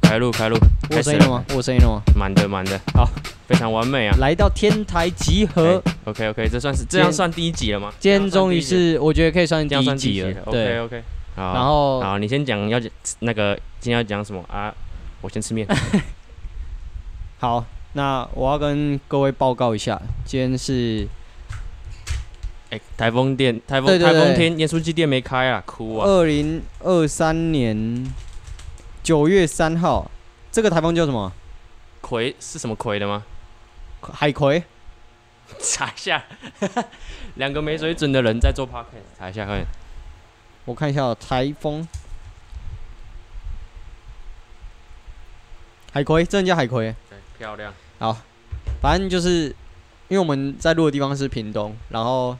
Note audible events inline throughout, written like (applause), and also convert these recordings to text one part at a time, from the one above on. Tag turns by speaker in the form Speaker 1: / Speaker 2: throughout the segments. Speaker 1: 开录开录，
Speaker 2: 我
Speaker 1: 开
Speaker 2: 有
Speaker 1: 始
Speaker 2: 声音了
Speaker 1: 了，
Speaker 2: 吗？我有声音了吗？
Speaker 1: 满的满的，
Speaker 2: 好，
Speaker 1: 非常完美啊。
Speaker 2: 来到天台集合，
Speaker 1: OK OK，这算是这
Speaker 2: 今天
Speaker 1: 样算第一集了吗？
Speaker 2: 今天终于是我觉得可以算
Speaker 1: 这
Speaker 2: 第
Speaker 1: 样
Speaker 2: 一
Speaker 1: 算第一
Speaker 2: 集
Speaker 1: 集
Speaker 2: 了
Speaker 1: 了。。OK
Speaker 2: 对，
Speaker 1: OK，好，
Speaker 2: 然后
Speaker 1: 好，你先讲要那个今天要讲什么啊？我先
Speaker 2: (laughs)
Speaker 1: 吃面。
Speaker 2: 好，那我要跟各位报告一下，今天是
Speaker 1: 哎，台风店，台风
Speaker 2: 对对呃
Speaker 1: 台
Speaker 2: 对
Speaker 1: 风天，盐酥鸡店没开啊，哭啊！
Speaker 2: 二零二三年九月三号，这个台风叫什么？
Speaker 1: 葵是什么葵的
Speaker 2: (laughs)
Speaker 1: 吗？
Speaker 2: 海葵。
Speaker 1: 查一下， (laughs) 两个没水准的人在做 podcast，查一下看。
Speaker 2: 我看一下哦台风，海葵，真的叫海葵。
Speaker 1: 对，漂亮。
Speaker 2: 好，反正就是因为我们在录的地方是屏东，然后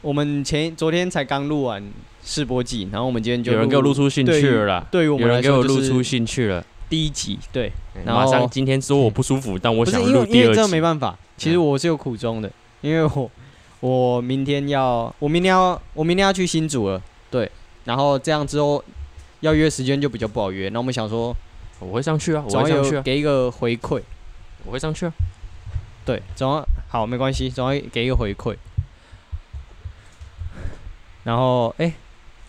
Speaker 2: 我们前昨天才刚录完试播季，然后我们今天就
Speaker 1: 有人给我录出兴趣了啦，
Speaker 2: 对于
Speaker 1: 有
Speaker 2: 我们
Speaker 1: 人
Speaker 2: 来
Speaker 1: 给我
Speaker 2: 说
Speaker 1: 录
Speaker 2: 就
Speaker 1: 出
Speaker 2: 是
Speaker 1: 兴趣了。
Speaker 2: 第一集，对，
Speaker 1: 哎
Speaker 2: 然
Speaker 1: 马上
Speaker 2: 后
Speaker 1: 今天说我不舒服，但我
Speaker 2: 不是
Speaker 1: 想
Speaker 2: 因为
Speaker 1: 录
Speaker 2: 因
Speaker 1: 第
Speaker 2: 为
Speaker 1: 二
Speaker 2: 真的没
Speaker 1: 集。
Speaker 2: 办法，其实
Speaker 1: 嗯
Speaker 2: 我是有苦衷的，因为我我明天要我明天要我明天要去新竹了，对，然后这样之后要约时间就比较不好约，那我们想说
Speaker 1: 我会上去啊，我
Speaker 2: 总
Speaker 1: 会
Speaker 2: 要
Speaker 1: 上去
Speaker 2: 有
Speaker 1: 啊，
Speaker 2: 给一个回馈。
Speaker 1: 我会上去啊。
Speaker 2: 对，总要好没关系，总要给一个回馈。然后，哎、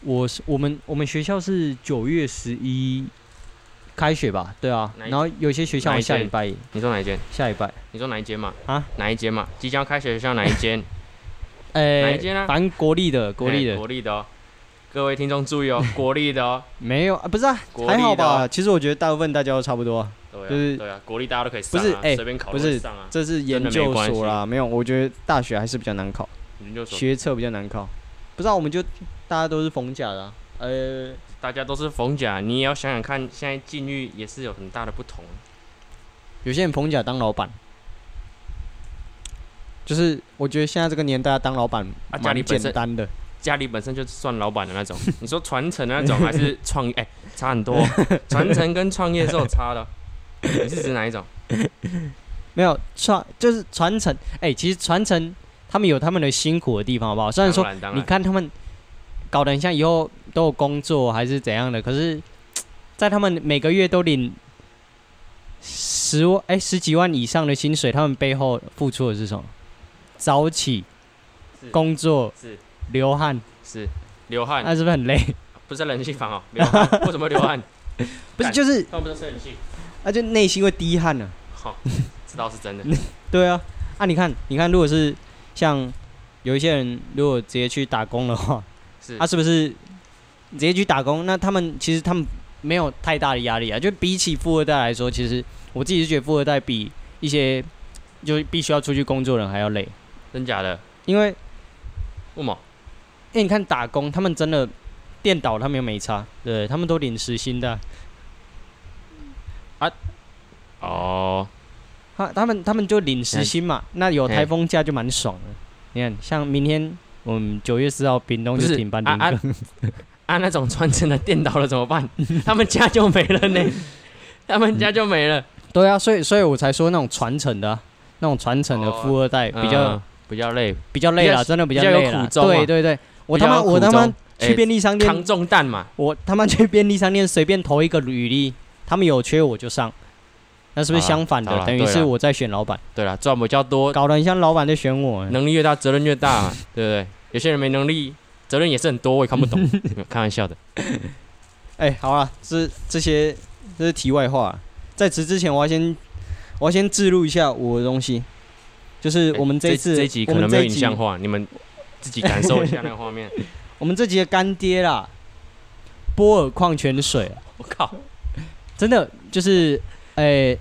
Speaker 2: 我是我们我们学校是九月十一开学吧？对啊，
Speaker 1: 哪一
Speaker 2: 然后有些学
Speaker 1: 哪
Speaker 2: 校
Speaker 1: 一
Speaker 2: 下礼
Speaker 1: 天
Speaker 2: 拜
Speaker 1: 你说哪一间？
Speaker 2: 下礼拜，
Speaker 1: 你说哪一间嘛？
Speaker 2: 啊，
Speaker 1: 哪一间嘛？即将开学的学校哪一间？哪
Speaker 2: 哎、
Speaker 1: 一间啊？
Speaker 2: 反正国立的 (laughs) 国立
Speaker 1: 哎
Speaker 2: 的、
Speaker 1: 国立的哦。各位听众注意
Speaker 2: (laughs)
Speaker 1: 哦，国立的哦。
Speaker 2: 没有啊，不是啊，
Speaker 1: 国
Speaker 2: 还
Speaker 1: 立
Speaker 2: 好
Speaker 1: 的
Speaker 2: 吧？
Speaker 1: 哦
Speaker 2: 其实我觉得大部分大家都差不多啊、
Speaker 1: 对啊，
Speaker 2: 就是
Speaker 1: 对啊，国立大家都可以上啊，
Speaker 2: 不是哎
Speaker 1: 随便考
Speaker 2: 不
Speaker 1: 都
Speaker 2: 是
Speaker 1: 可以上啊。
Speaker 2: 这是
Speaker 1: 真
Speaker 2: 研
Speaker 1: 的没
Speaker 2: 究
Speaker 1: 关
Speaker 2: 所
Speaker 1: 系
Speaker 2: 啦，没有，我觉得大学还是比较难考，
Speaker 1: 你就说
Speaker 2: 学测比较难考。不知道、我们就大家都是逢甲的、啊，呃、
Speaker 1: 大家都是逢甲，你也要想想看，现在境遇也是有很大的不同。啊
Speaker 2: 有些人逢甲当老板，就是我觉得现在这个年代当老板
Speaker 1: 啊家里本
Speaker 2: 蛮简
Speaker 1: 身
Speaker 2: 单的，
Speaker 1: 家里本身就是算老板的那种， (laughs) 你说传承的那种还是
Speaker 2: (laughs)
Speaker 1: 创业？哎、差很多哦，传承跟创业是有差的哦。你是指哪一
Speaker 2: (laughs)
Speaker 1: 种？
Speaker 2: 没有传就是传承。哎、其实传承他们有他们的辛苦的地方，好不好？虽然说
Speaker 1: 当当
Speaker 2: 你
Speaker 1: 然
Speaker 2: 看他们搞得很像以后都有工作还是怎样的，可是，在他们每个月都领十万哎、十几万以上的薪水，他们背后付出的是什么？早起
Speaker 1: 是、
Speaker 2: 工作、
Speaker 1: 是
Speaker 2: 流汗，
Speaker 1: 是流汗，
Speaker 2: 那、是不是很累？
Speaker 1: 不是在冷气房哦， (laughs) 流汗，为什么流汗？
Speaker 2: 不是，
Speaker 1: 干
Speaker 2: 就是
Speaker 1: 他们不是在冷气，
Speaker 2: 啊，就内心会滴汗啊。
Speaker 1: 好、这倒是真的。
Speaker 2: (laughs) 对啊，啊，你看，你看，如果是像有一些人，如果直接去打工的话，
Speaker 1: 是
Speaker 2: 他、是不是直接去打工？那他们其实他们没有太大的压力啊。就比起富二代来说，其实我自己是觉得富二代比一些就必须要出去工作的人还要累，
Speaker 1: 真假的？
Speaker 2: 因为
Speaker 1: 为什么？
Speaker 2: 因为你看打工，他们真的电倒他们又没差，对他们都领时薪的啊、
Speaker 1: 哦，
Speaker 2: 他他们他们就领时薪
Speaker 1: 哎
Speaker 2: 嘛，那有台风假就蛮爽的。你看，像明天我们九月四号屏东
Speaker 1: 不
Speaker 2: 就是停班
Speaker 1: 啊
Speaker 2: 停
Speaker 1: 啊
Speaker 2: 课，
Speaker 1: 啊！那种传承的电倒了怎么办？他们家就没了呢，他们家就没了，
Speaker 2: (laughs) 对啊，所以所以我才说那种传承的啊、那种传承的
Speaker 1: 哦
Speaker 2: 富二代哎比较、
Speaker 1: 嗯比较累，
Speaker 2: 比较累
Speaker 1: 比较
Speaker 2: 了，真的比较
Speaker 1: 比较有
Speaker 2: 累了。
Speaker 1: 苦衷啊
Speaker 2: 对对对，我他
Speaker 1: 比
Speaker 2: 妈
Speaker 1: 较有
Speaker 2: 我他妈
Speaker 1: 苦衷
Speaker 2: 去
Speaker 1: 哎
Speaker 2: 便利商店，
Speaker 1: 扛重担嘛。
Speaker 2: 我他妈去便利商店随便投一个履历，他们有缺我就上，那是不是
Speaker 1: 好啦
Speaker 2: 相反
Speaker 1: 好
Speaker 2: 的？
Speaker 1: 啦
Speaker 2: 等于
Speaker 1: 啊对
Speaker 2: 是
Speaker 1: 啦
Speaker 2: 我在选老板，
Speaker 1: 对了，赚比较多，
Speaker 2: 搞得很像老板在选我、欸。
Speaker 1: 能力越大，责任越大
Speaker 2: (laughs)
Speaker 1: 嘛，对不对？有些人没能力，责任也是很多，我也看
Speaker 2: (laughs)
Speaker 1: 不懂，没有开玩笑的。
Speaker 2: 哎、好啊，这这些这是题外话。在此之前，我要先我要先记录一下我的东西，就是我们
Speaker 1: 这
Speaker 2: 一次
Speaker 1: 哎这一集
Speaker 2: 我
Speaker 1: 可
Speaker 2: 们
Speaker 1: 能没有
Speaker 2: 这一
Speaker 1: 影
Speaker 2: 集
Speaker 1: 像化，你们自己感受一下那个画
Speaker 2: (laughs)
Speaker 1: 面。
Speaker 2: 我们这集的干爹啦，波尔矿泉水啊，
Speaker 1: 我靠，
Speaker 2: 真的就是哎、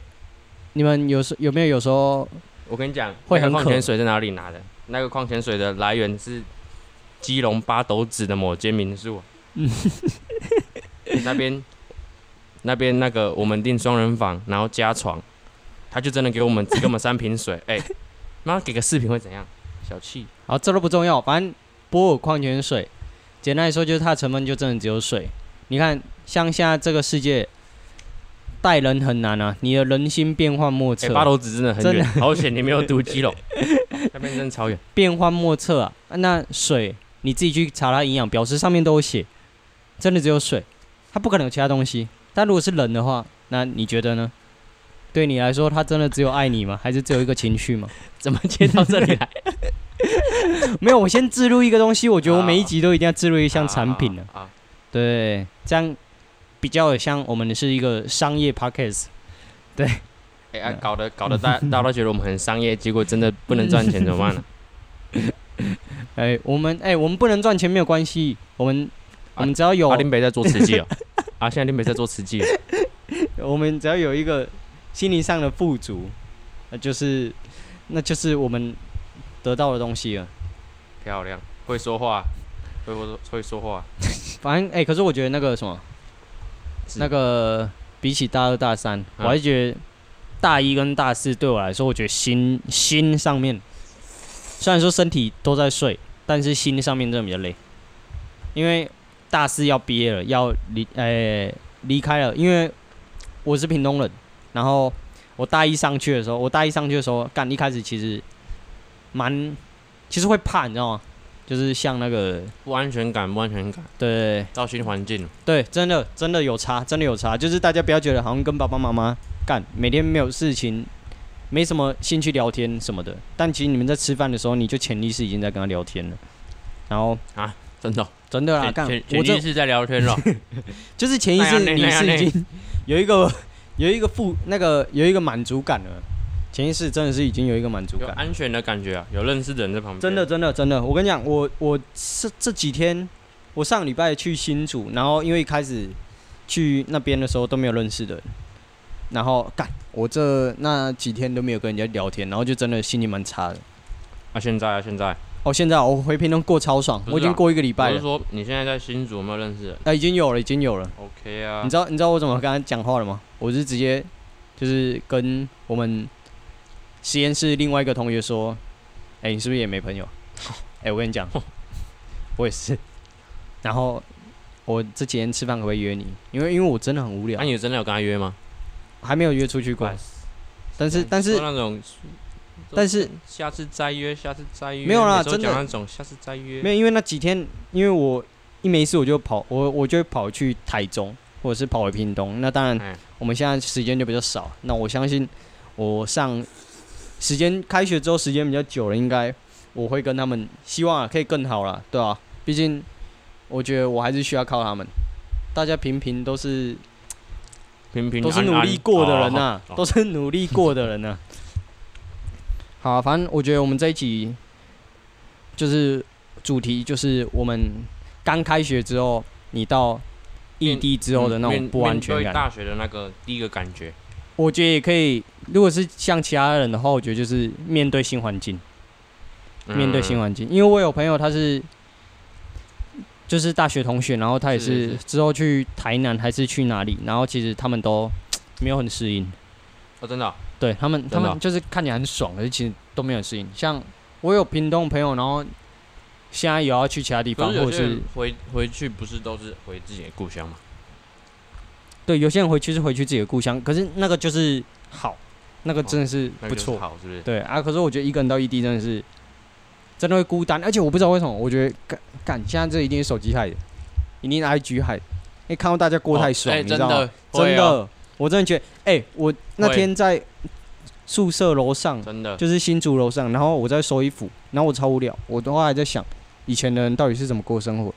Speaker 2: 你们有时有没有有时候
Speaker 1: 我跟你讲，
Speaker 2: 会
Speaker 1: 那
Speaker 2: 很
Speaker 1: 个矿
Speaker 2: 渴
Speaker 1: 泉水在哪里拿的？那个矿泉水的来源是基隆八斗子的某间民宿，那边那边那个我们订双人房，然后加床，他就真的给我们只给我们三瓶水，哎、妈给个四瓶会怎样？小气。
Speaker 2: 好，这都不重要，反正波尔矿泉水，简单来说就是它的成分就真的只有水。你看，像现在这个世界，待人很难啊，你的人心变幻莫
Speaker 1: 哎、
Speaker 2: 测。
Speaker 1: 八斗子真的很
Speaker 2: 真
Speaker 1: 远，好险你没有读基隆，那边真的超远。
Speaker 2: 变幻莫测啊。啊那水你自己去查它营养标识，上面都有写，真的只有水，它不可能有其他东西。但如果是人的话，那你觉得呢？对你来说，他真的只有爱你吗？还是只有一个情绪吗？
Speaker 1: 怎么接到这 (laughs) 里来？
Speaker 2: 没有，我先置入一个东西，我觉得我每一集都一定要置入一项产品呢、
Speaker 1: 啊，啊
Speaker 2: 对，这样比较有像我们是一个商业 podcast，
Speaker 1: 哎、啊搞得搞得大大家都觉得我们很商业，结果真的不能赚钱怎么办呢、
Speaker 2: 哎、我们哎、我们不能赚钱没有关系，我们、
Speaker 1: 啊
Speaker 2: 我们只要有、
Speaker 1: 啊？林北在做慈济
Speaker 2: (laughs)
Speaker 1: 哦，啊，现在林北在做慈济哦，
Speaker 2: 我们只要有一个心灵上的富足，那就是那就是我们得到的东西了。
Speaker 1: 漂亮，会说话，会会会说话，
Speaker 2: 反正哎、可是我觉得那个什么，
Speaker 1: 是
Speaker 2: 那个比起大二大三，
Speaker 1: 嗯
Speaker 2: 我还是觉得大一跟大四对我来说，我觉得心心上面，虽然说身体都在睡，但是心上面真的比较累，因为大四要毕业了，要离哎离开了，因为我是屏东人，然后我大一上去的时候，我大一上去的时候，干一开始其实蛮其实会怕，你知道吗？就是像那个
Speaker 1: 不安全感，不安全感，
Speaker 2: 对。
Speaker 1: 到新环境，
Speaker 2: 对，真的真的有差，真的有差。就是大家不要觉得好像跟爸爸妈妈干，每天没有事情，没什么兴趣聊天什么的。但其实你们在吃饭的时候，你就潜意识已经在跟他聊天了。然后
Speaker 1: 真的哦，
Speaker 2: 真的啦，
Speaker 1: 前
Speaker 2: 啊干
Speaker 1: 前
Speaker 2: 我
Speaker 1: 前
Speaker 2: 这
Speaker 1: 天是在聊天
Speaker 2: (laughs)
Speaker 1: 了，
Speaker 2: 就是潜意识
Speaker 1: 哎那样那
Speaker 2: 你
Speaker 1: 样
Speaker 2: 是
Speaker 1: 那
Speaker 2: 已经有一个有一个负那个有一个满足感了，潜意识真的是已经有一个满足
Speaker 1: 有
Speaker 2: 感了。
Speaker 1: 安全的感觉啊，有认识的人在旁边，
Speaker 2: 真的，真的，真的，我跟你讲，我我这这几天，我上礼拜去新竹，然后因为一开始去那边的时候都没有认识的人，然后干，我这那几天都没有跟人家聊天，然后就真的心情蛮差的。
Speaker 1: 啊，现在啊，现在，
Speaker 2: 哦，现在我回屏东过超爽，
Speaker 1: 不是啊
Speaker 2: 我已经过一个礼
Speaker 1: 我
Speaker 2: 拜
Speaker 1: 是
Speaker 2: 了，
Speaker 1: 说你现在在新竹有没有认识人
Speaker 2: 啊，已经有了，已经有了。
Speaker 1: ？OK 啊
Speaker 2: 你，知道你知道我怎么跟他讲话了吗？我是直接就是跟我们实验室另外一个同学说：“哎、你是不是也没朋友？”哎、我跟你
Speaker 1: (laughs)
Speaker 2: 讲，我也是。然后我这几天吃饭可不可以约你？因为因为我真的很无聊，
Speaker 1: 那、啊你真的有跟他约吗？
Speaker 2: 还没有约出去过
Speaker 1: 哎。
Speaker 2: 但是但
Speaker 1: 说
Speaker 2: 是
Speaker 1: 那种
Speaker 2: 但是
Speaker 1: 下次再约，下次再约，
Speaker 2: 没有啦
Speaker 1: 每次都
Speaker 2: 真的
Speaker 1: 讲那种下次再约，
Speaker 2: 没有，因为那几天因为我一没事我就跑，我我就会跑去台中，或者是跑回屏东。那当然
Speaker 1: 哎，
Speaker 2: 我们现在时间就比较少。那我相信我上时间开学之后时间比较久了，应该我会跟他们希望啊可以更好啦，对啊，毕竟我觉得我还是需要靠他们。大家平平都是
Speaker 1: 平平
Speaker 2: 都是
Speaker 1: 安
Speaker 2: 努
Speaker 1: 安
Speaker 2: 力过的人呐、
Speaker 1: 哦哦
Speaker 2: 都是努力过的人呐、啊 (laughs) 好、啊，反正我觉得我们这一集就是主题，就是我们刚开学之后，你到异
Speaker 1: 面
Speaker 2: 地之后的那种
Speaker 1: 面
Speaker 2: 不安全
Speaker 1: 面
Speaker 2: 感
Speaker 1: 对。大学的那个第一个感觉，
Speaker 2: 我觉得也可以。如果是像其他人的话，我觉得就是面对新环境，
Speaker 1: 嗯
Speaker 2: 面对新环境。因为我有朋友他是就是大学同学，然后他也
Speaker 1: 是是
Speaker 2: 是
Speaker 1: 是
Speaker 2: 之后去台南还是去哪里，然后其实他们都没有很适应，
Speaker 1: 哦，真的哦、
Speaker 2: 对他们他
Speaker 1: 真的
Speaker 2: 们就是看起来很爽，可是其实都没有很适应。像我有屏东朋友，然后现在也要去其他地
Speaker 1: 可
Speaker 2: 方，
Speaker 1: 是
Speaker 2: 或
Speaker 1: 有
Speaker 2: 者
Speaker 1: 些
Speaker 2: 是
Speaker 1: 人回回去不是都是回自己的故乡吗？
Speaker 2: 对有些人回去是回去自己的故乡，可是那个就是好，那个真的是
Speaker 1: 那个
Speaker 2: 不
Speaker 1: 就是
Speaker 2: 错。
Speaker 1: 好是不是？
Speaker 2: 对啊，可是我觉得一个人到异地真的是真的会孤单，而且我不知道为什么，我觉得干干现在这一定是手机害的，一定是 IG 害的，因为看到大家过太爽，
Speaker 1: 哎
Speaker 2: 你知
Speaker 1: 真
Speaker 2: 道吗？
Speaker 1: 的
Speaker 2: 真
Speaker 1: 会哦
Speaker 2: 的，我真的觉得，哎、我那天在宿舍楼上，
Speaker 1: 真的，
Speaker 2: 就是新竹楼上，然后我在收衣服，然后我超无聊，我的话还在想，以前的人到底是怎么过生活？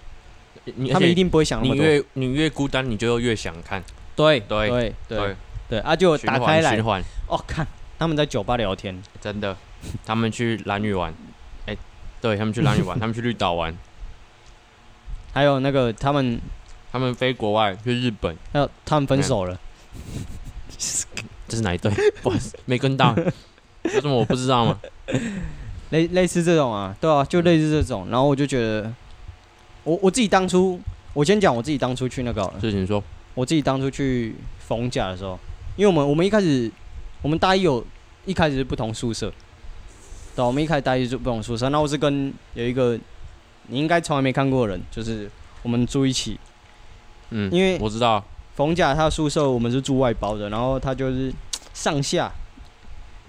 Speaker 1: 你
Speaker 2: 他们一。
Speaker 1: 而且
Speaker 2: 定不会想那
Speaker 1: 你
Speaker 2: 么多。
Speaker 1: 越你越孤单，你就越想看。
Speaker 2: 对
Speaker 1: 对
Speaker 2: 对对，对，啊，就
Speaker 1: 循
Speaker 2: 打开
Speaker 1: 环
Speaker 2: 来
Speaker 1: 循，环，
Speaker 2: 哦，看他们在酒吧聊天，
Speaker 1: 真的。他们去蓝屿玩，哎、对他们去蓝屿
Speaker 2: (laughs)
Speaker 1: 玩，他们去绿岛玩，
Speaker 2: 还有那个他们
Speaker 1: 他们飞国外去日本，
Speaker 2: 还有他们分手了。
Speaker 1: 这是哪一对？不好意思，没跟到。有什么我不知道吗？
Speaker 2: 类类似这种啊，对啊，就类似这种。然后我就觉得，我我自己当初，我先讲我自己当初去那个好了，
Speaker 1: 就是你说，
Speaker 2: 我自己当初去逢甲的时候，因为我们我们一开始，我们大一有一开始是不同宿舍，对啊、我们一开始大一就不同宿舍，那我是跟有一个你应该从来没看过的人，就是我们住一起，
Speaker 1: 嗯，
Speaker 2: 因为
Speaker 1: 我知道，
Speaker 2: 逢甲他的宿舍我们是住外包的，然后他就是上下，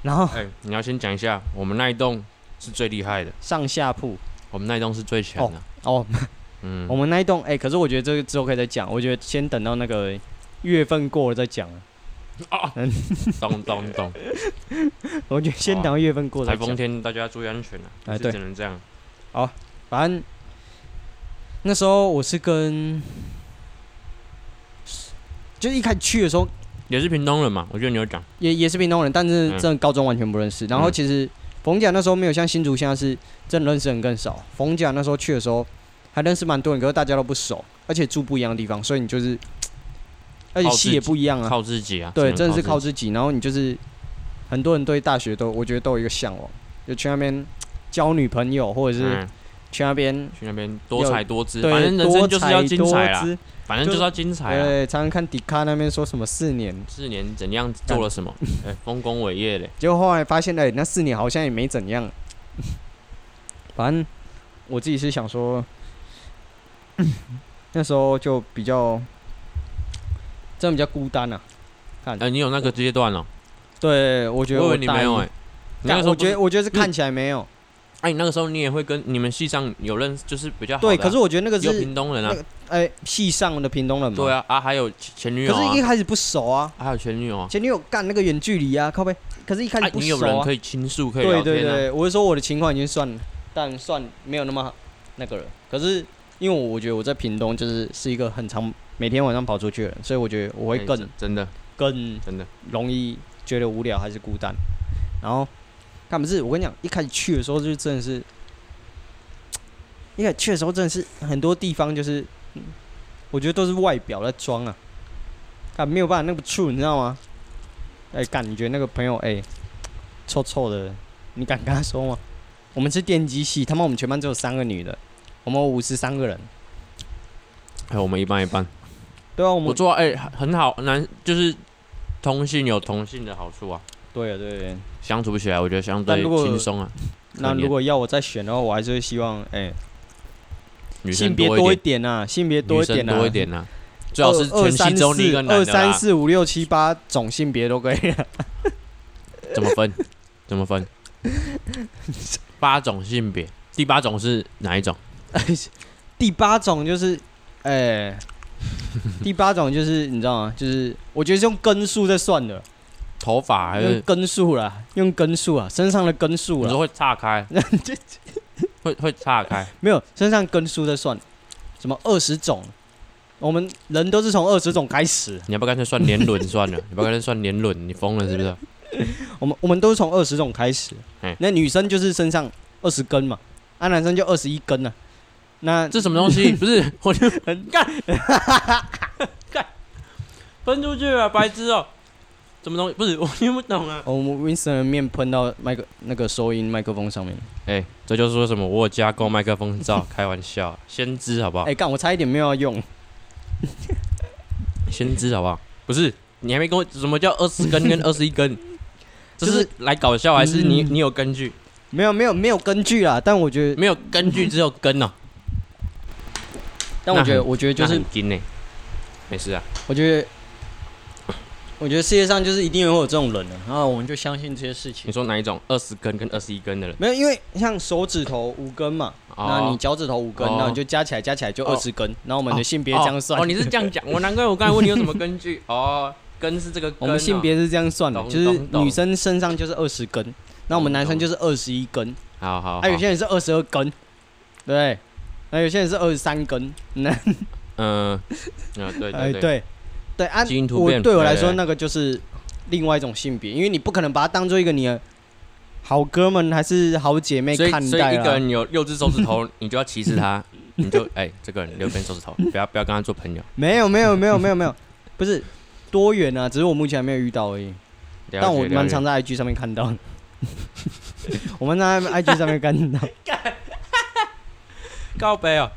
Speaker 2: 然后
Speaker 1: 哎、你要先讲一下，我们那一栋是最厉害的，
Speaker 2: 上下铺 (laughs)
Speaker 1: 我们那一栋是最强的。
Speaker 2: 哦，
Speaker 1: 嗯，
Speaker 2: 我们那一栋，哎、可是我觉得这个之后可以再讲。我觉得先等到那个月份过了再讲啊。
Speaker 1: 哦，懂懂懂。
Speaker 2: 我觉得先等到月份过
Speaker 1: 台
Speaker 2: 再
Speaker 1: 风
Speaker 2: 讲。
Speaker 1: 天大家注意安全啊，
Speaker 2: 哎
Speaker 1: 就是
Speaker 2: 对
Speaker 1: 只能这样。
Speaker 2: 反正那时候我是跟，就是一开始去的时候
Speaker 1: 也是屏东人嘛，我觉得你有讲，
Speaker 2: 也也是屏东人，但是
Speaker 1: 嗯
Speaker 2: 真的高中完全不认识。然后
Speaker 1: 嗯
Speaker 2: 其实冯甲那时候没有像新竹现在是真的认识人更少。冯甲那时候去的时候还认识蛮多人，可是大家都不熟，而且住不一样的地方，所以你就是，而且
Speaker 1: 靠自
Speaker 2: 系
Speaker 1: 己
Speaker 2: 也不一样啊。
Speaker 1: 靠自己啊。
Speaker 2: 对，
Speaker 1: 只
Speaker 2: 真
Speaker 1: 能
Speaker 2: 的是靠
Speaker 1: 自
Speaker 2: 自己。然后你就是很多人对大学都，我觉得都有一个向往，就去那边交女朋友，或者
Speaker 1: 己。
Speaker 2: 是
Speaker 1: 嗯
Speaker 2: 去那边
Speaker 1: 去那边多才多姿，
Speaker 2: 对
Speaker 1: 反正人
Speaker 2: 多
Speaker 1: 生就是要
Speaker 2: 才
Speaker 1: 精
Speaker 2: 多
Speaker 1: 彩啦，
Speaker 2: 姿
Speaker 1: 反正就是要精彩啦。
Speaker 2: 对，常常看迪卡那边说什么四年，
Speaker 1: 四年怎样做了什么？哎，丰功伟业嘞，
Speaker 2: 结果后来发现，哎、那四年好像也没怎样。 (laughs) 反正我自己是想说， (coughs) 那时候就比较真的比较孤单啊。
Speaker 1: 哎，你有那个阶段哦，
Speaker 2: 对，我觉得
Speaker 1: 我以
Speaker 2: 我
Speaker 1: 为你没有
Speaker 2: 大一
Speaker 1: 哎，你那个
Speaker 2: 但
Speaker 1: 时候
Speaker 2: 我
Speaker 1: 不是
Speaker 2: 觉得我觉得是
Speaker 1: 不是
Speaker 2: 看起来没有。
Speaker 1: 哎，你那个时候你也会跟你们系上有认识，就是比较好的啊
Speaker 2: 对，可是我觉得那个
Speaker 1: 有
Speaker 2: 是
Speaker 1: 屏东人啊
Speaker 2: 那，个哎、系上的屏东人嘛。
Speaker 1: 对啊啊，还有前前女友
Speaker 2: 可
Speaker 1: 啊
Speaker 2: 是一，开始不熟啊，
Speaker 1: 还有前女友啊，
Speaker 2: 前女友干那个远距离啊，靠背。可是一开
Speaker 1: 哎
Speaker 2: 始不
Speaker 1: 你
Speaker 2: 熟
Speaker 1: 有
Speaker 2: 啊。
Speaker 1: 人可以倾诉，可以
Speaker 2: 对
Speaker 1: 聊
Speaker 2: 对
Speaker 1: 天啊，
Speaker 2: 对，我是说我的情况已经算，但算没有那么那个了。可是因为我我觉得我在屏东就是是一个很常每天晚上跑出去的人，所以我觉得我会
Speaker 1: 哎
Speaker 2: 更
Speaker 1: 真真的
Speaker 2: 更
Speaker 1: 真的，
Speaker 2: 容易觉得无聊还是孤单。然后，干不是我跟你讲，一开始去的时候就真的是，一开始去的时候真的是很多地方就是，嗯我觉得都是外表在装啊，啊没有办法那个处你知道吗？哎、感觉那个朋友哎、臭臭的，你敢跟他说吗？我们是电机系，他妈我们全班只有三个女的，我们五十三个人，
Speaker 1: 还哎有我们一般一般。
Speaker 2: 对啊，我
Speaker 1: 不
Speaker 2: 们
Speaker 1: 错啊，哎、很很好，男就是同性有同性的好处啊，
Speaker 2: 对啊对啊对啊。
Speaker 1: 相处起来我觉得相对
Speaker 2: 但如果
Speaker 1: 轻松啊。
Speaker 2: 那
Speaker 1: 可怜
Speaker 2: 如果要我再选的话，我还是会希望哎、
Speaker 1: 女
Speaker 2: 性
Speaker 1: 生
Speaker 2: 别
Speaker 1: 多
Speaker 2: 多一点啊，性别多
Speaker 1: 女
Speaker 2: 一点
Speaker 1: 生
Speaker 2: 啊，
Speaker 1: 多一点啊，最好是全系只有你一个男
Speaker 2: 二
Speaker 1: 的
Speaker 2: 三
Speaker 1: 啦。
Speaker 2: 四五六七八种性别都可以。 (laughs)
Speaker 1: 怎么分？怎么分？八种性别，第八种是哪一种？
Speaker 2: 第八种就是，哎、
Speaker 1: (laughs)
Speaker 2: 第八种就是你知道吗？就是我觉得是用根数在算的，
Speaker 1: 头发还
Speaker 2: 用
Speaker 1: 是
Speaker 2: 根数啦，用根数啊，身上的根数
Speaker 1: 你
Speaker 2: 啦
Speaker 1: 说，会岔
Speaker 2: (laughs)
Speaker 1: 开？会会岔开？
Speaker 2: 没有身上根数在算，什么二十种，我们人都是从二十种开始，
Speaker 1: 你要不要干脆算年轮算了？你要不要干脆算年轮？你疯了是不是？
Speaker 2: 我们我们都是从二十种开始
Speaker 1: 嗯，
Speaker 2: 那女生就是身上二十根嘛，啊男生就二十一根啊，那
Speaker 1: 这什么东 (laughs) 西？不是，我就
Speaker 2: 很
Speaker 1: 干 (laughs) 干分出去了，白痴哦、什么东西？不是我听不懂啊。
Speaker 2: 哦我们 Winston 的面喷到麦克那个收音麦克风上面。
Speaker 1: 哎、这就是为什么我有加购麦克风罩，开玩笑，啊 (laughs) 先知好不好？
Speaker 2: 哎、干，我差一点没有要用。
Speaker 1: 先知好不好？不是，你还没跟我什么叫二十根跟二十一 (laughs) 根？这
Speaker 2: 就是
Speaker 1: 来搞笑啊还是你
Speaker 2: 嗯
Speaker 1: 你有根据？
Speaker 2: 没有没有没有根据啦，但我觉得，
Speaker 1: 没有根据，只有根哦、
Speaker 2: 但我觉
Speaker 1: 那
Speaker 2: 得，
Speaker 1: 很
Speaker 2: 我觉得就
Speaker 1: 那
Speaker 2: 是
Speaker 1: 很，金呢、没事啊，
Speaker 2: 我觉得，我觉得世界上就是一定会有这种人的、然后我们就相信这些事
Speaker 1: 你
Speaker 2: 情。
Speaker 1: 说哪一种？二十根跟二十一根的人？
Speaker 2: 没有，因为像手指头五根嘛，那你脚趾头五根，
Speaker 1: 哦
Speaker 2: 那你就加起来加起来就
Speaker 1: 哦
Speaker 2: 二十根，然后我们的性别
Speaker 1: 哦
Speaker 2: 这样算。
Speaker 1: 哦，你是这样讲，我难怪我刚才问你有什么根
Speaker 2: (laughs)
Speaker 1: 据哦，根是这个根哦、
Speaker 2: 我们性别是这样算的，
Speaker 1: 懂
Speaker 2: 就是
Speaker 1: 懂懂
Speaker 2: 女生身上就是二十根，那我们男生就是二十一根，
Speaker 1: 好好好，
Speaker 2: 哎还有些人是二十二根，对不对，那有些人是二十三根，那
Speaker 1: 嗯嗯对对
Speaker 2: 哎，
Speaker 1: 对，
Speaker 2: 对，对啊
Speaker 1: 基因，突
Speaker 2: 我
Speaker 1: 变
Speaker 2: 对我来
Speaker 1: 对
Speaker 2: 说，
Speaker 1: 对
Speaker 2: 那个就是另外一种性别，因为你不可能把它当做一个你的好哥们还是好姐妹
Speaker 1: 所以
Speaker 2: 看
Speaker 1: 所以
Speaker 2: 待啊
Speaker 1: 一个
Speaker 2: 啦。
Speaker 1: 人有六只手指
Speaker 2: (laughs)
Speaker 1: 头，你就要歧视他，你就哎、这个人六根手指头，不要不要跟他做朋友。
Speaker 2: 没有没有没有没有没有，不是多元啊，只是我目前还没有遇到而已。
Speaker 1: 了
Speaker 2: 但
Speaker 1: 解
Speaker 2: 我
Speaker 1: 了
Speaker 2: 蛮
Speaker 1: 解
Speaker 2: 常在 IG 上面看到的， (laughs) 我们在 IG 上面看到。
Speaker 1: 告白哦。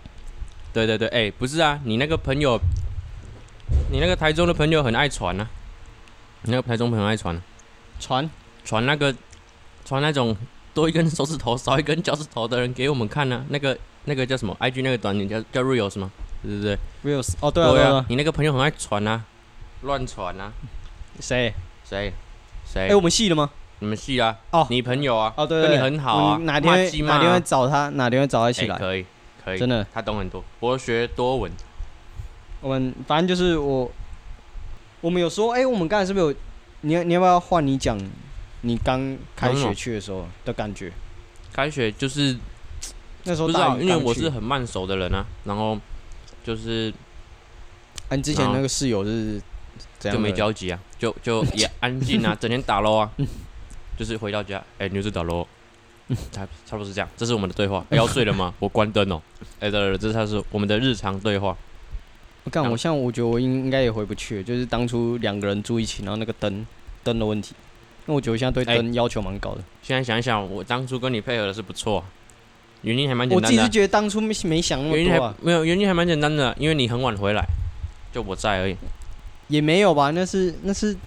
Speaker 1: 对对对，哎、不是啊，你那个朋友，你那个台中的朋友很爱传啊，你那个台中朋友很爱传、啊
Speaker 2: 传
Speaker 1: 传那个传那种多一根手指头少一根脚趾头的人给我们看呢、啊，那个那个叫什么 IG 那个短点叫叫 Real 是吗？对不对？
Speaker 2: reels 哦，对啊对啊对啊，
Speaker 1: 你那个朋友很爱传啊，乱传啊，
Speaker 2: 谁？
Speaker 1: 谁谁？
Speaker 2: 哎，我们系的吗？
Speaker 1: 你们系啊？
Speaker 2: 哦
Speaker 1: 你朋友啊？
Speaker 2: 哦，对对
Speaker 1: 跟
Speaker 2: 对，
Speaker 1: 你很好啊
Speaker 2: 我哪天
Speaker 1: 骂
Speaker 2: 会
Speaker 1: 鸡骂啊
Speaker 2: 哪天会找他，哪天会找他一起
Speaker 1: 哎
Speaker 2: 来，
Speaker 1: 可以可以，
Speaker 2: 真的。
Speaker 1: 他懂很多，博学多闻。
Speaker 2: 我们反正就是我，我们有说，哎、我们刚才是不是有？你要你要不要换你讲？你刚开
Speaker 1: 讲什
Speaker 2: 学
Speaker 1: 么
Speaker 2: 去的时候的感觉？
Speaker 1: 开学就是
Speaker 2: 那时候
Speaker 1: 不知
Speaker 2: 大
Speaker 1: 道，
Speaker 2: 一
Speaker 1: 因为
Speaker 2: 刚
Speaker 1: 我
Speaker 2: 去
Speaker 1: 是很慢熟的人啊，然后就是
Speaker 2: 啊，你之前
Speaker 1: 然后
Speaker 2: 那个室友是怎样的
Speaker 1: 就没交集啊，就就也
Speaker 2: (laughs)
Speaker 1: 安静啊，整天打 LO 啊，就是回到家，哎、你又在打 LO，差差不多是这样，这是我们的对
Speaker 2: (laughs)
Speaker 1: 话。哎要睡了吗？我关灯哦。哎、对对对，这才是我们的日常对话。
Speaker 2: 我干，
Speaker 1: 然后
Speaker 2: 我像我觉得我应应该也回不去了，就是当初两个人住一起，然后那个灯灯的问题，那我觉得我现在对
Speaker 1: 哎
Speaker 2: 灯要求蛮高的。
Speaker 1: 现在想一想，我当初跟你配合的是不错啊、原因还蛮简
Speaker 2: 我自
Speaker 1: 单
Speaker 2: 己
Speaker 1: 的
Speaker 2: 是
Speaker 1: 啊、
Speaker 2: 觉得当初没没想那
Speaker 1: 原
Speaker 2: 么
Speaker 1: 因还
Speaker 2: 多啊，
Speaker 1: 没有，原因还蛮简单的啊、因为你很晚回来，就我在而已。
Speaker 2: 也没有吧？那是那是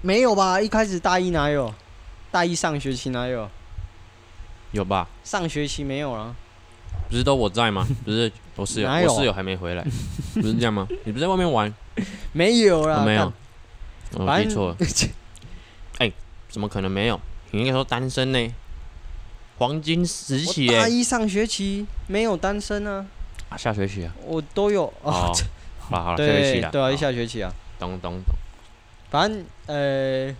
Speaker 2: 没有吧？一开始大一哪有？大一上学期哪有？
Speaker 1: 有吧？
Speaker 2: 上学期没有啊？
Speaker 1: 不是都我在
Speaker 2: (laughs)
Speaker 1: 吗？不是我室友，
Speaker 2: 哪有啊
Speaker 1: 我室友还没回来，不是这样吗？你不是在外面
Speaker 2: (laughs)
Speaker 1: 玩？
Speaker 2: 没有啦，
Speaker 1: 我哦没有
Speaker 2: 啊干，
Speaker 1: 我
Speaker 2: 反
Speaker 1: 记
Speaker 2: 正 (laughs)
Speaker 1: 错了，怎么可能没有？你应该说单身呢，黄金时期
Speaker 2: 我
Speaker 1: 耶
Speaker 2: 大、一上学期没有单身啊，
Speaker 1: 啊，下学期啊，
Speaker 2: 我都有
Speaker 1: 哦
Speaker 2: 哦。，
Speaker 1: 好了好了，下学期哦
Speaker 2: 对
Speaker 1: 了，
Speaker 2: 对啊，
Speaker 1: 好
Speaker 2: 一下学期啊，
Speaker 1: 懂懂懂。
Speaker 2: 反正呃，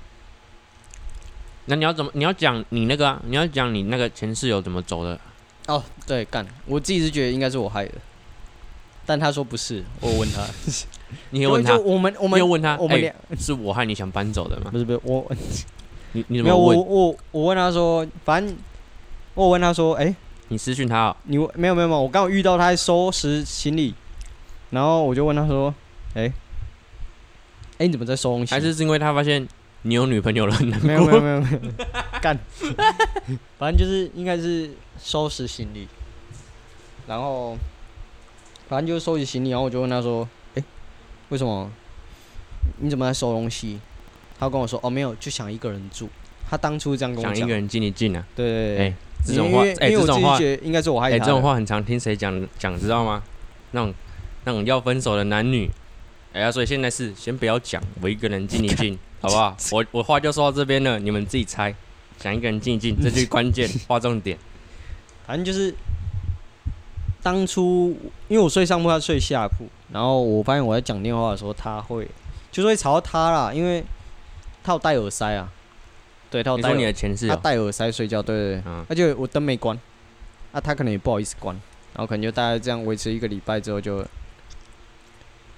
Speaker 1: 那你要怎么？你要讲你那个、啊，你要讲你那个前室友怎么走的？
Speaker 2: 哦，对，干，我自己是觉得应该是我害的，但他说不是，我有问他，
Speaker 1: (laughs) 你有问他
Speaker 2: 就，我们我
Speaker 1: 你
Speaker 2: 们
Speaker 1: 有问他，
Speaker 2: 我们
Speaker 1: 哎
Speaker 2: 俩、
Speaker 1: 是我害你想搬走的吗？
Speaker 2: 不是不是我
Speaker 1: 你你怎么
Speaker 2: 没有我
Speaker 1: 问？
Speaker 2: 我我问他说，反正我有问他说，哎、
Speaker 1: 你私讯他、哦，
Speaker 2: 你没有没有没有，我刚好遇到他在收拾行李，然后我就问他说，哎、哎、你怎么在收东西？
Speaker 1: 还是是因为他发现你有女朋友了？很难
Speaker 2: 没有
Speaker 1: 过
Speaker 2: 没有没有没 (laughs) 有，干，反正就是应该是收拾行李，然后反正就是收拾行李，然后我就问他说：“哎、为什么？你怎么在收东西？”他跟我说：“哦，没有，就想一个人住。”他当初这样跟我
Speaker 1: (laughs) 想一
Speaker 2: 讲，
Speaker 1: 个
Speaker 2: 对
Speaker 1: 人静一静啊。
Speaker 2: 对对
Speaker 1: 哎，这种话，
Speaker 2: 因为
Speaker 1: 哎、
Speaker 2: 因为
Speaker 1: 这
Speaker 2: 我自
Speaker 1: 种
Speaker 2: 己
Speaker 1: 话，
Speaker 2: 觉得应该是我害
Speaker 1: 哎、
Speaker 2: 他的。
Speaker 1: 这种话很常听谁讲讲，知道吗？那种那种要分手的男女，哎呀，所以现在是先不要讲，我一个人静一静，好不好？我我话就说到这边了，你们自己猜，想一个人静一静，这句关 (laughs) 键划重点。
Speaker 2: 反正就是当初因为我睡上铺，他睡下铺，然后我发现我在讲电话的时候，他会就是会吵到他啦，因为他有戴耳塞啊，对他有
Speaker 1: 你
Speaker 2: 戴
Speaker 1: 说你
Speaker 2: 耳，啊
Speaker 1: 的前哦室
Speaker 2: 他
Speaker 1: 友，
Speaker 2: 戴耳塞睡觉，对对对，
Speaker 1: 嗯，
Speaker 2: 而且我灯没关，啊，他可能也不好意思关，然后可能就大概这样维持一个礼拜之后就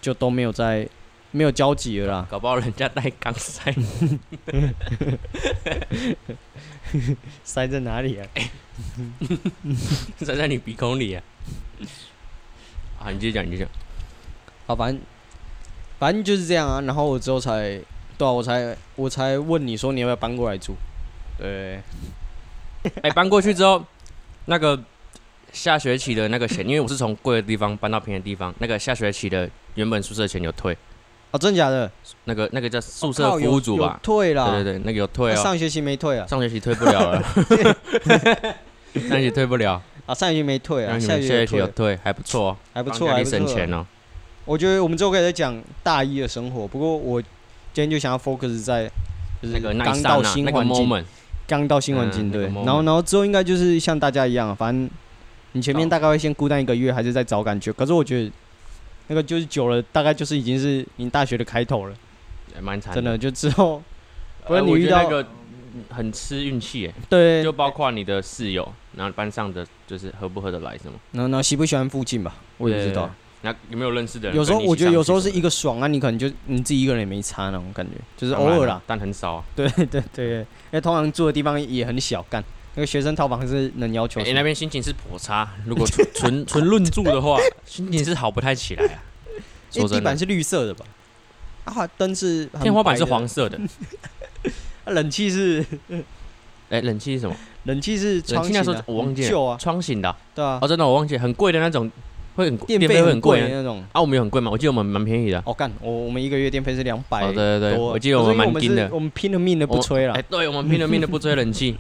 Speaker 2: 就都没有在没有交集了啦，
Speaker 1: 搞不好人家带钢塞，
Speaker 2: 塞在哪里啊？
Speaker 1: 塞在你鼻孔里啊！啊，你继续讲，你继续讲。
Speaker 2: 好，反正反正就是这样啊。然后我之后才，对啊，我才我才问你说你要不要搬过来住？对，
Speaker 1: 哎、搬过去之后，那个下学期的那个钱，因为我是从贵的地方搬到便宜的地方，那个下学期的原本宿舍钱有退，
Speaker 2: 哦，真的假的？
Speaker 1: 那个那个叫宿舍
Speaker 2: 哦靠
Speaker 1: 服务组吧
Speaker 2: 有有，退啦，
Speaker 1: 对对对，那个有退
Speaker 2: 啊
Speaker 1: 哦，
Speaker 2: 上学期没退啊，
Speaker 1: 上学期退不了
Speaker 2: (laughs)
Speaker 1: 了，上学期退不了，
Speaker 2: 啊，上学期没退
Speaker 1: 然
Speaker 2: 啊，
Speaker 1: 后你
Speaker 2: 下
Speaker 1: 们下
Speaker 2: 学期
Speaker 1: 学
Speaker 2: 有
Speaker 1: 期有
Speaker 2: 退，
Speaker 1: 退，还不错哦，
Speaker 2: 还不
Speaker 1: 帮
Speaker 2: 错，啊
Speaker 1: 家
Speaker 2: 还
Speaker 1: 里
Speaker 2: 不
Speaker 1: 省
Speaker 2: 错
Speaker 1: 钱。哦。
Speaker 2: 我觉得我们之后可以再讲大一的生活，不过我今天就想要 focus 在就是
Speaker 1: 那个那一
Speaker 2: 刚
Speaker 1: 刹
Speaker 2: 到
Speaker 1: 那，
Speaker 2: 新
Speaker 1: 那个
Speaker 2: 环境，
Speaker 1: moment，
Speaker 2: 刚到新环境
Speaker 1: 嗯
Speaker 2: 对
Speaker 1: 那，个
Speaker 2: 然后
Speaker 1: moment
Speaker 2: 然后之后应该就是像大家一样，啊反正你前面大概会先孤单一个月，还是在找感觉。可是我觉得那个就是久了，大概就是已经是你大学的开头了，
Speaker 1: 也蛮惨
Speaker 2: 真的。就之后
Speaker 1: 呃
Speaker 2: 不然你
Speaker 1: 我觉
Speaker 2: 遇
Speaker 1: 得
Speaker 2: 到
Speaker 1: 那个很吃运气耶，
Speaker 2: 对，
Speaker 1: 就包括你的室友，然后班上的就是合不合得来什么，
Speaker 2: 然后然后喜不喜欢附近吧，我也不知道。
Speaker 1: 对。对对那有没有认识的人？
Speaker 2: 有时候
Speaker 1: 跟你一起
Speaker 2: 我觉得有
Speaker 1: 上去
Speaker 2: 时候是
Speaker 1: 什么
Speaker 2: 一个爽啊，你可能就你自己一个人也没差那种感觉，就是
Speaker 1: 的
Speaker 2: 偶
Speaker 1: 当
Speaker 2: 尔
Speaker 1: 然
Speaker 2: 啦。 (laughs)
Speaker 1: 但很少啊。
Speaker 2: 对对对对，因为通常住的地方也很小，干那个学生套房是能要求
Speaker 1: 哎、
Speaker 2: 什么
Speaker 1: 那边心情是颇差。如果纯 (laughs) 纯纯论住的话，心情是好不太起来啊。
Speaker 2: (laughs)
Speaker 1: 说
Speaker 2: 因为地
Speaker 1: 真的
Speaker 2: 板，是绿色的吧？啊，灯是很
Speaker 1: 天花板
Speaker 2: 白
Speaker 1: 是
Speaker 2: 的
Speaker 1: 黄，色
Speaker 2: (laughs)
Speaker 1: 的。
Speaker 2: 啊冷气是
Speaker 1: 哎、冷气是什么？
Speaker 2: 冷气是窗
Speaker 1: 冷气
Speaker 2: 型
Speaker 1: 那
Speaker 2: 的，
Speaker 1: 时候我忘记
Speaker 2: 很旧
Speaker 1: 了，
Speaker 2: 啊，
Speaker 1: 窗型的啊、
Speaker 2: 对啊，
Speaker 1: 哦，真的我忘记，很贵的那种，会很贵
Speaker 2: 电
Speaker 1: 费会
Speaker 2: 很
Speaker 1: 贵
Speaker 2: 的
Speaker 1: 啊。
Speaker 2: 那种。
Speaker 1: 啊，我们有很贵吗？我记得我们蛮便宜的啊。
Speaker 2: 哦，干，我我们一个月电费是两百
Speaker 1: 哦，对对对，
Speaker 2: 多，
Speaker 1: 我记得我
Speaker 2: 可是
Speaker 1: 们
Speaker 2: 因为
Speaker 1: 蛮
Speaker 2: 是
Speaker 1: 拼的。
Speaker 2: 我们拼了命的不吹
Speaker 1: 哎、
Speaker 2: 了，
Speaker 1: 对，我们拼了命的不吹冷
Speaker 2: (laughs)
Speaker 1: 气，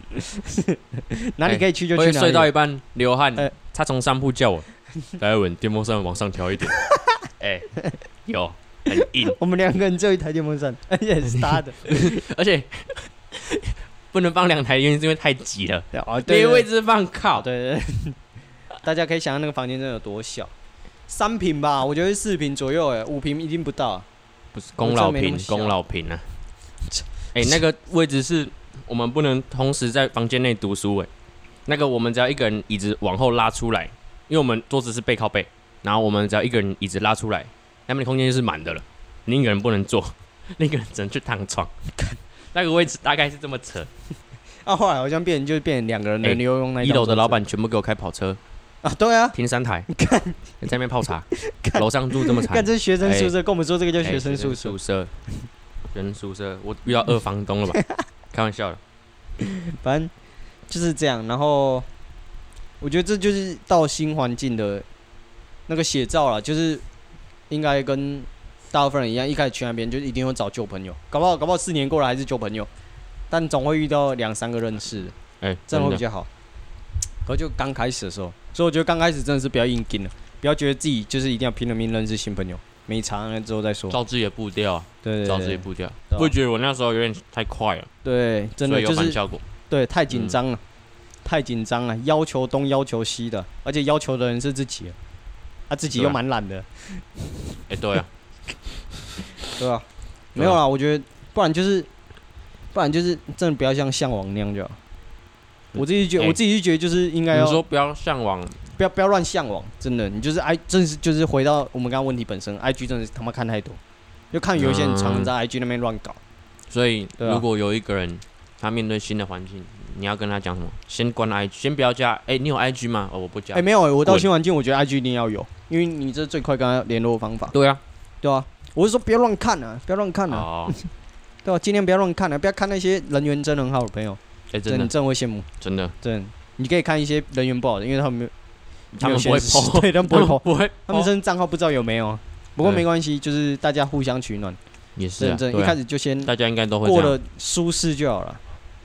Speaker 2: 哪里可以去就
Speaker 1: 哎我也
Speaker 2: 去
Speaker 1: 睡
Speaker 2: 哪
Speaker 1: 到
Speaker 2: 里。
Speaker 1: 一半流汗
Speaker 2: 哎，
Speaker 1: 他从上铺
Speaker 2: (laughs)
Speaker 1: 叫我，来文电风扇往上调一点。哎、有很硬，
Speaker 2: 我们两个人只有一台电风扇， (laughs) 而且是
Speaker 1: (laughs)
Speaker 2: 搭的。
Speaker 1: 而且不能放两台，原因是因为太挤了。
Speaker 2: 对哦，
Speaker 1: 那
Speaker 2: 对
Speaker 1: 个位
Speaker 2: 对
Speaker 1: 置放靠，
Speaker 2: 对对，大家可以想象那个房间真的有多小，三平吧，我觉得是四平左右，哎，五平一定不到啊。
Speaker 1: 不是功劳
Speaker 2: 没那么
Speaker 1: 平，
Speaker 2: 小
Speaker 1: 功劳平啊。哎、那个位置是我们不能同时在房间内读书哎、那个我们只要一个人椅子往后拉出来，因为我们桌子是背靠背，然后我们只要一个人椅子拉出来，那边的空间就是满的了，另一个人不能坐， (laughs) 另一个人只能去躺床。那个位置大概是这么扯。
Speaker 2: 啊，后来好像变就变两个人轮
Speaker 1: 哎
Speaker 2: 流用那
Speaker 1: 一楼的
Speaker 2: 张桌子
Speaker 1: 老板全部给我开跑车，
Speaker 2: 啊，对啊，
Speaker 1: 停三台，
Speaker 2: 看
Speaker 1: 在那边泡
Speaker 2: (laughs)
Speaker 1: 茶，楼上住这么惨
Speaker 2: 看，这是学生宿
Speaker 1: 哎
Speaker 2: 舍，跟我们说这个叫
Speaker 1: 哎
Speaker 2: 学生宿舍
Speaker 1: 宿，舍，学生宿舍，我遇到二房东了
Speaker 2: (laughs)
Speaker 1: 吧？开玩笑的，
Speaker 2: 反正就是这样。然后我觉得这就是到新环境的那个写照了，就是应该跟大部分人一样，一开始去那边就一定会找旧朋友，搞不好搞不好四年过来还是旧朋友，但总会遇到两三个认识的，
Speaker 1: 哎，
Speaker 2: 这
Speaker 1: 真
Speaker 2: 样会
Speaker 1: 的
Speaker 2: 比，较好。可就刚开始的时候，所以我觉得刚开始真的是不要硬劲了，不要觉得自己就是一定要拼了命认识新朋友，没差那之后再说。
Speaker 1: 照自己的步调啊，
Speaker 2: 对对
Speaker 1: 照自己
Speaker 2: 对
Speaker 1: 的步调。
Speaker 2: 对啊
Speaker 1: 我也觉得我那时候有点太快了，
Speaker 2: 对，真
Speaker 1: 所
Speaker 2: 的
Speaker 1: 以有
Speaker 2: 就是
Speaker 1: 反效果。
Speaker 2: 对，太紧张了，太紧张了，要求东要求西的，而且要求的人是自己，啊，自己
Speaker 1: 对
Speaker 2: 又
Speaker 1: 啊
Speaker 2: 蛮懒的，
Speaker 1: 哎，对啊，
Speaker 2: 对吧、没有啦，我觉得不然就是，不然就是真的不要像向往那样就好。我自己觉
Speaker 1: 哎
Speaker 2: 我自己是觉得就是应
Speaker 1: 你
Speaker 2: 该要
Speaker 1: 说不要向往，
Speaker 2: 不要不要乱向往，真的，你就是 i 真是就是回到我们刚刚问题本身，IG 真的是他妈看太多，就看有一些人常常在 IG 那边乱搞，
Speaker 1: 所以
Speaker 2: 对啊
Speaker 1: 如果有一个人他面对新的环境，你要跟他讲什么？先关 IG，先不要加。哎，你有 IG 吗？哦，我不加
Speaker 2: 哎、。没有、我到
Speaker 1: 滚
Speaker 2: 新环境，我觉得 IG 一定要有，因为你这是最快跟他联络的方法，
Speaker 1: 对啊，
Speaker 2: 对啊，我是说不要乱看啊，不要乱看啊。
Speaker 1: 哦，
Speaker 2: 对啊，尽量不要乱看了、不要看那些人缘真的很好的朋友，
Speaker 1: 哎，真
Speaker 2: 真
Speaker 1: 的
Speaker 2: 真会羡慕，
Speaker 1: 真的，
Speaker 2: 真的。你可以看一些人缘不好的，因为他们没有
Speaker 1: 他们
Speaker 2: 没
Speaker 1: 不
Speaker 2: 有
Speaker 1: 会
Speaker 2: 现实
Speaker 1: po，
Speaker 2: (laughs) 对，他们不会
Speaker 1: (laughs)
Speaker 2: po，
Speaker 1: 不会 po，
Speaker 2: 他们真的账号不知道有没有。不过没关系，就是大家互相取暖，
Speaker 1: 也是啊，
Speaker 2: 认真
Speaker 1: 对
Speaker 2: 一
Speaker 1: 啊
Speaker 2: 开始就先
Speaker 1: 大家应该都会
Speaker 2: 过
Speaker 1: 这样，
Speaker 2: 得舒适就好了，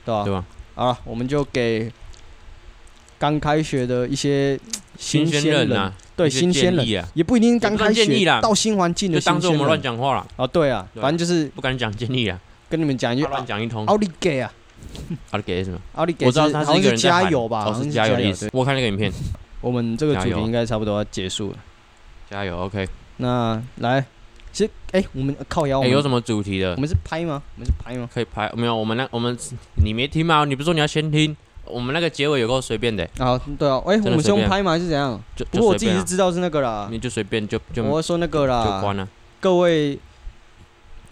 Speaker 2: 对
Speaker 1: 对
Speaker 2: 吧？
Speaker 1: 吧？
Speaker 2: 好了，我们就给刚开学的一些
Speaker 1: 新
Speaker 2: 鲜
Speaker 1: 鲜
Speaker 2: 人
Speaker 1: 人啊，
Speaker 2: 对
Speaker 1: 一些
Speaker 2: 新鲜
Speaker 1: 建
Speaker 2: 人，
Speaker 1: 议啊，
Speaker 2: 也不一定刚
Speaker 1: 也不
Speaker 2: 开
Speaker 1: 能建议
Speaker 2: 学
Speaker 1: 啦
Speaker 2: 到新环境
Speaker 1: 就
Speaker 2: 的
Speaker 1: 当
Speaker 2: 新
Speaker 1: 做我
Speaker 2: 鲜
Speaker 1: 们乱
Speaker 2: 人
Speaker 1: 讲话了，
Speaker 2: 啊，对啊，
Speaker 1: 对啊
Speaker 2: 反正就是
Speaker 1: 不敢讲建议啊，
Speaker 2: 跟你们讲一句
Speaker 1: 他，乱讲一通，
Speaker 2: 奥利给啊，
Speaker 1: 他给什么？
Speaker 2: 奥利给
Speaker 1: 我知道
Speaker 2: 是
Speaker 1: 他
Speaker 2: 好像
Speaker 1: 一个人在
Speaker 2: 加
Speaker 1: 喊
Speaker 2: 油吧，好
Speaker 1: 哦
Speaker 2: 像
Speaker 1: 是
Speaker 2: 是
Speaker 1: 加油的意
Speaker 2: 对
Speaker 1: 思。我看那个影片，
Speaker 2: 我们这个主
Speaker 1: 加
Speaker 2: 题
Speaker 1: 油
Speaker 2: 应该差不多要结束了。
Speaker 1: 加油，OK。
Speaker 2: 那来，其实哎、我们靠腰，我
Speaker 1: 哎，
Speaker 2: 们、
Speaker 1: 有什么主题的
Speaker 2: 我们是拍吗？我们是拍吗？
Speaker 1: 可以拍？没有，我们那我们你没听吗？你不是说你要先听？我们那个结尾有够随便的，
Speaker 2: 啊，对啊，哎、
Speaker 1: 真的
Speaker 2: 我们是
Speaker 1: 随
Speaker 2: 用
Speaker 1: 便
Speaker 2: 拍吗？还是怎样？
Speaker 1: 就
Speaker 2: 不过我
Speaker 1: 就
Speaker 2: 自
Speaker 1: 随
Speaker 2: 己
Speaker 1: 便
Speaker 2: 是
Speaker 1: 啊，
Speaker 2: 知道是那个啦，
Speaker 1: 你就随便就就
Speaker 2: 我
Speaker 1: 就
Speaker 2: 会说那个啦，
Speaker 1: 关了。
Speaker 2: 各位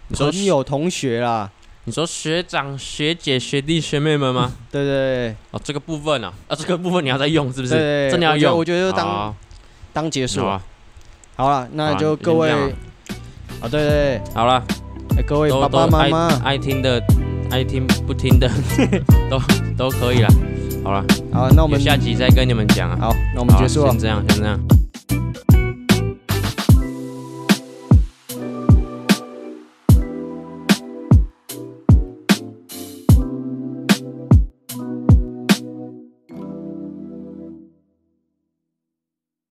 Speaker 1: 你说
Speaker 2: 朋友同学啦，
Speaker 1: 你说学长、学姐、学弟、学妹们吗？
Speaker 2: 对对
Speaker 1: 哦，这个部分啊，啊，这个部分你要再用是不
Speaker 2: 对
Speaker 1: 是？
Speaker 2: 对，
Speaker 1: 真的要
Speaker 2: 我觉得
Speaker 1: 用？
Speaker 2: 我觉得
Speaker 1: 好
Speaker 2: 就当
Speaker 1: 啊
Speaker 2: 当结束
Speaker 1: 好
Speaker 2: 了。
Speaker 1: 啊，
Speaker 2: 好了，
Speaker 1: 好
Speaker 2: 那
Speaker 1: 啊
Speaker 2: 就各位
Speaker 1: 就这样
Speaker 2: 啊，对对对，
Speaker 1: 好了。
Speaker 2: 哎、各位
Speaker 1: 都
Speaker 2: 爸爸
Speaker 1: 都
Speaker 2: 妈
Speaker 1: 爱
Speaker 2: 妈，
Speaker 1: 爱听的，爱听不听的 (laughs) 都都可以了。好了，
Speaker 2: 好，那
Speaker 1: 有
Speaker 2: 我们
Speaker 1: 下集再跟你们讲啊。
Speaker 2: 好，那我们
Speaker 1: 好
Speaker 2: 结
Speaker 1: 啦
Speaker 2: 束了
Speaker 1: 先。这样，先这样。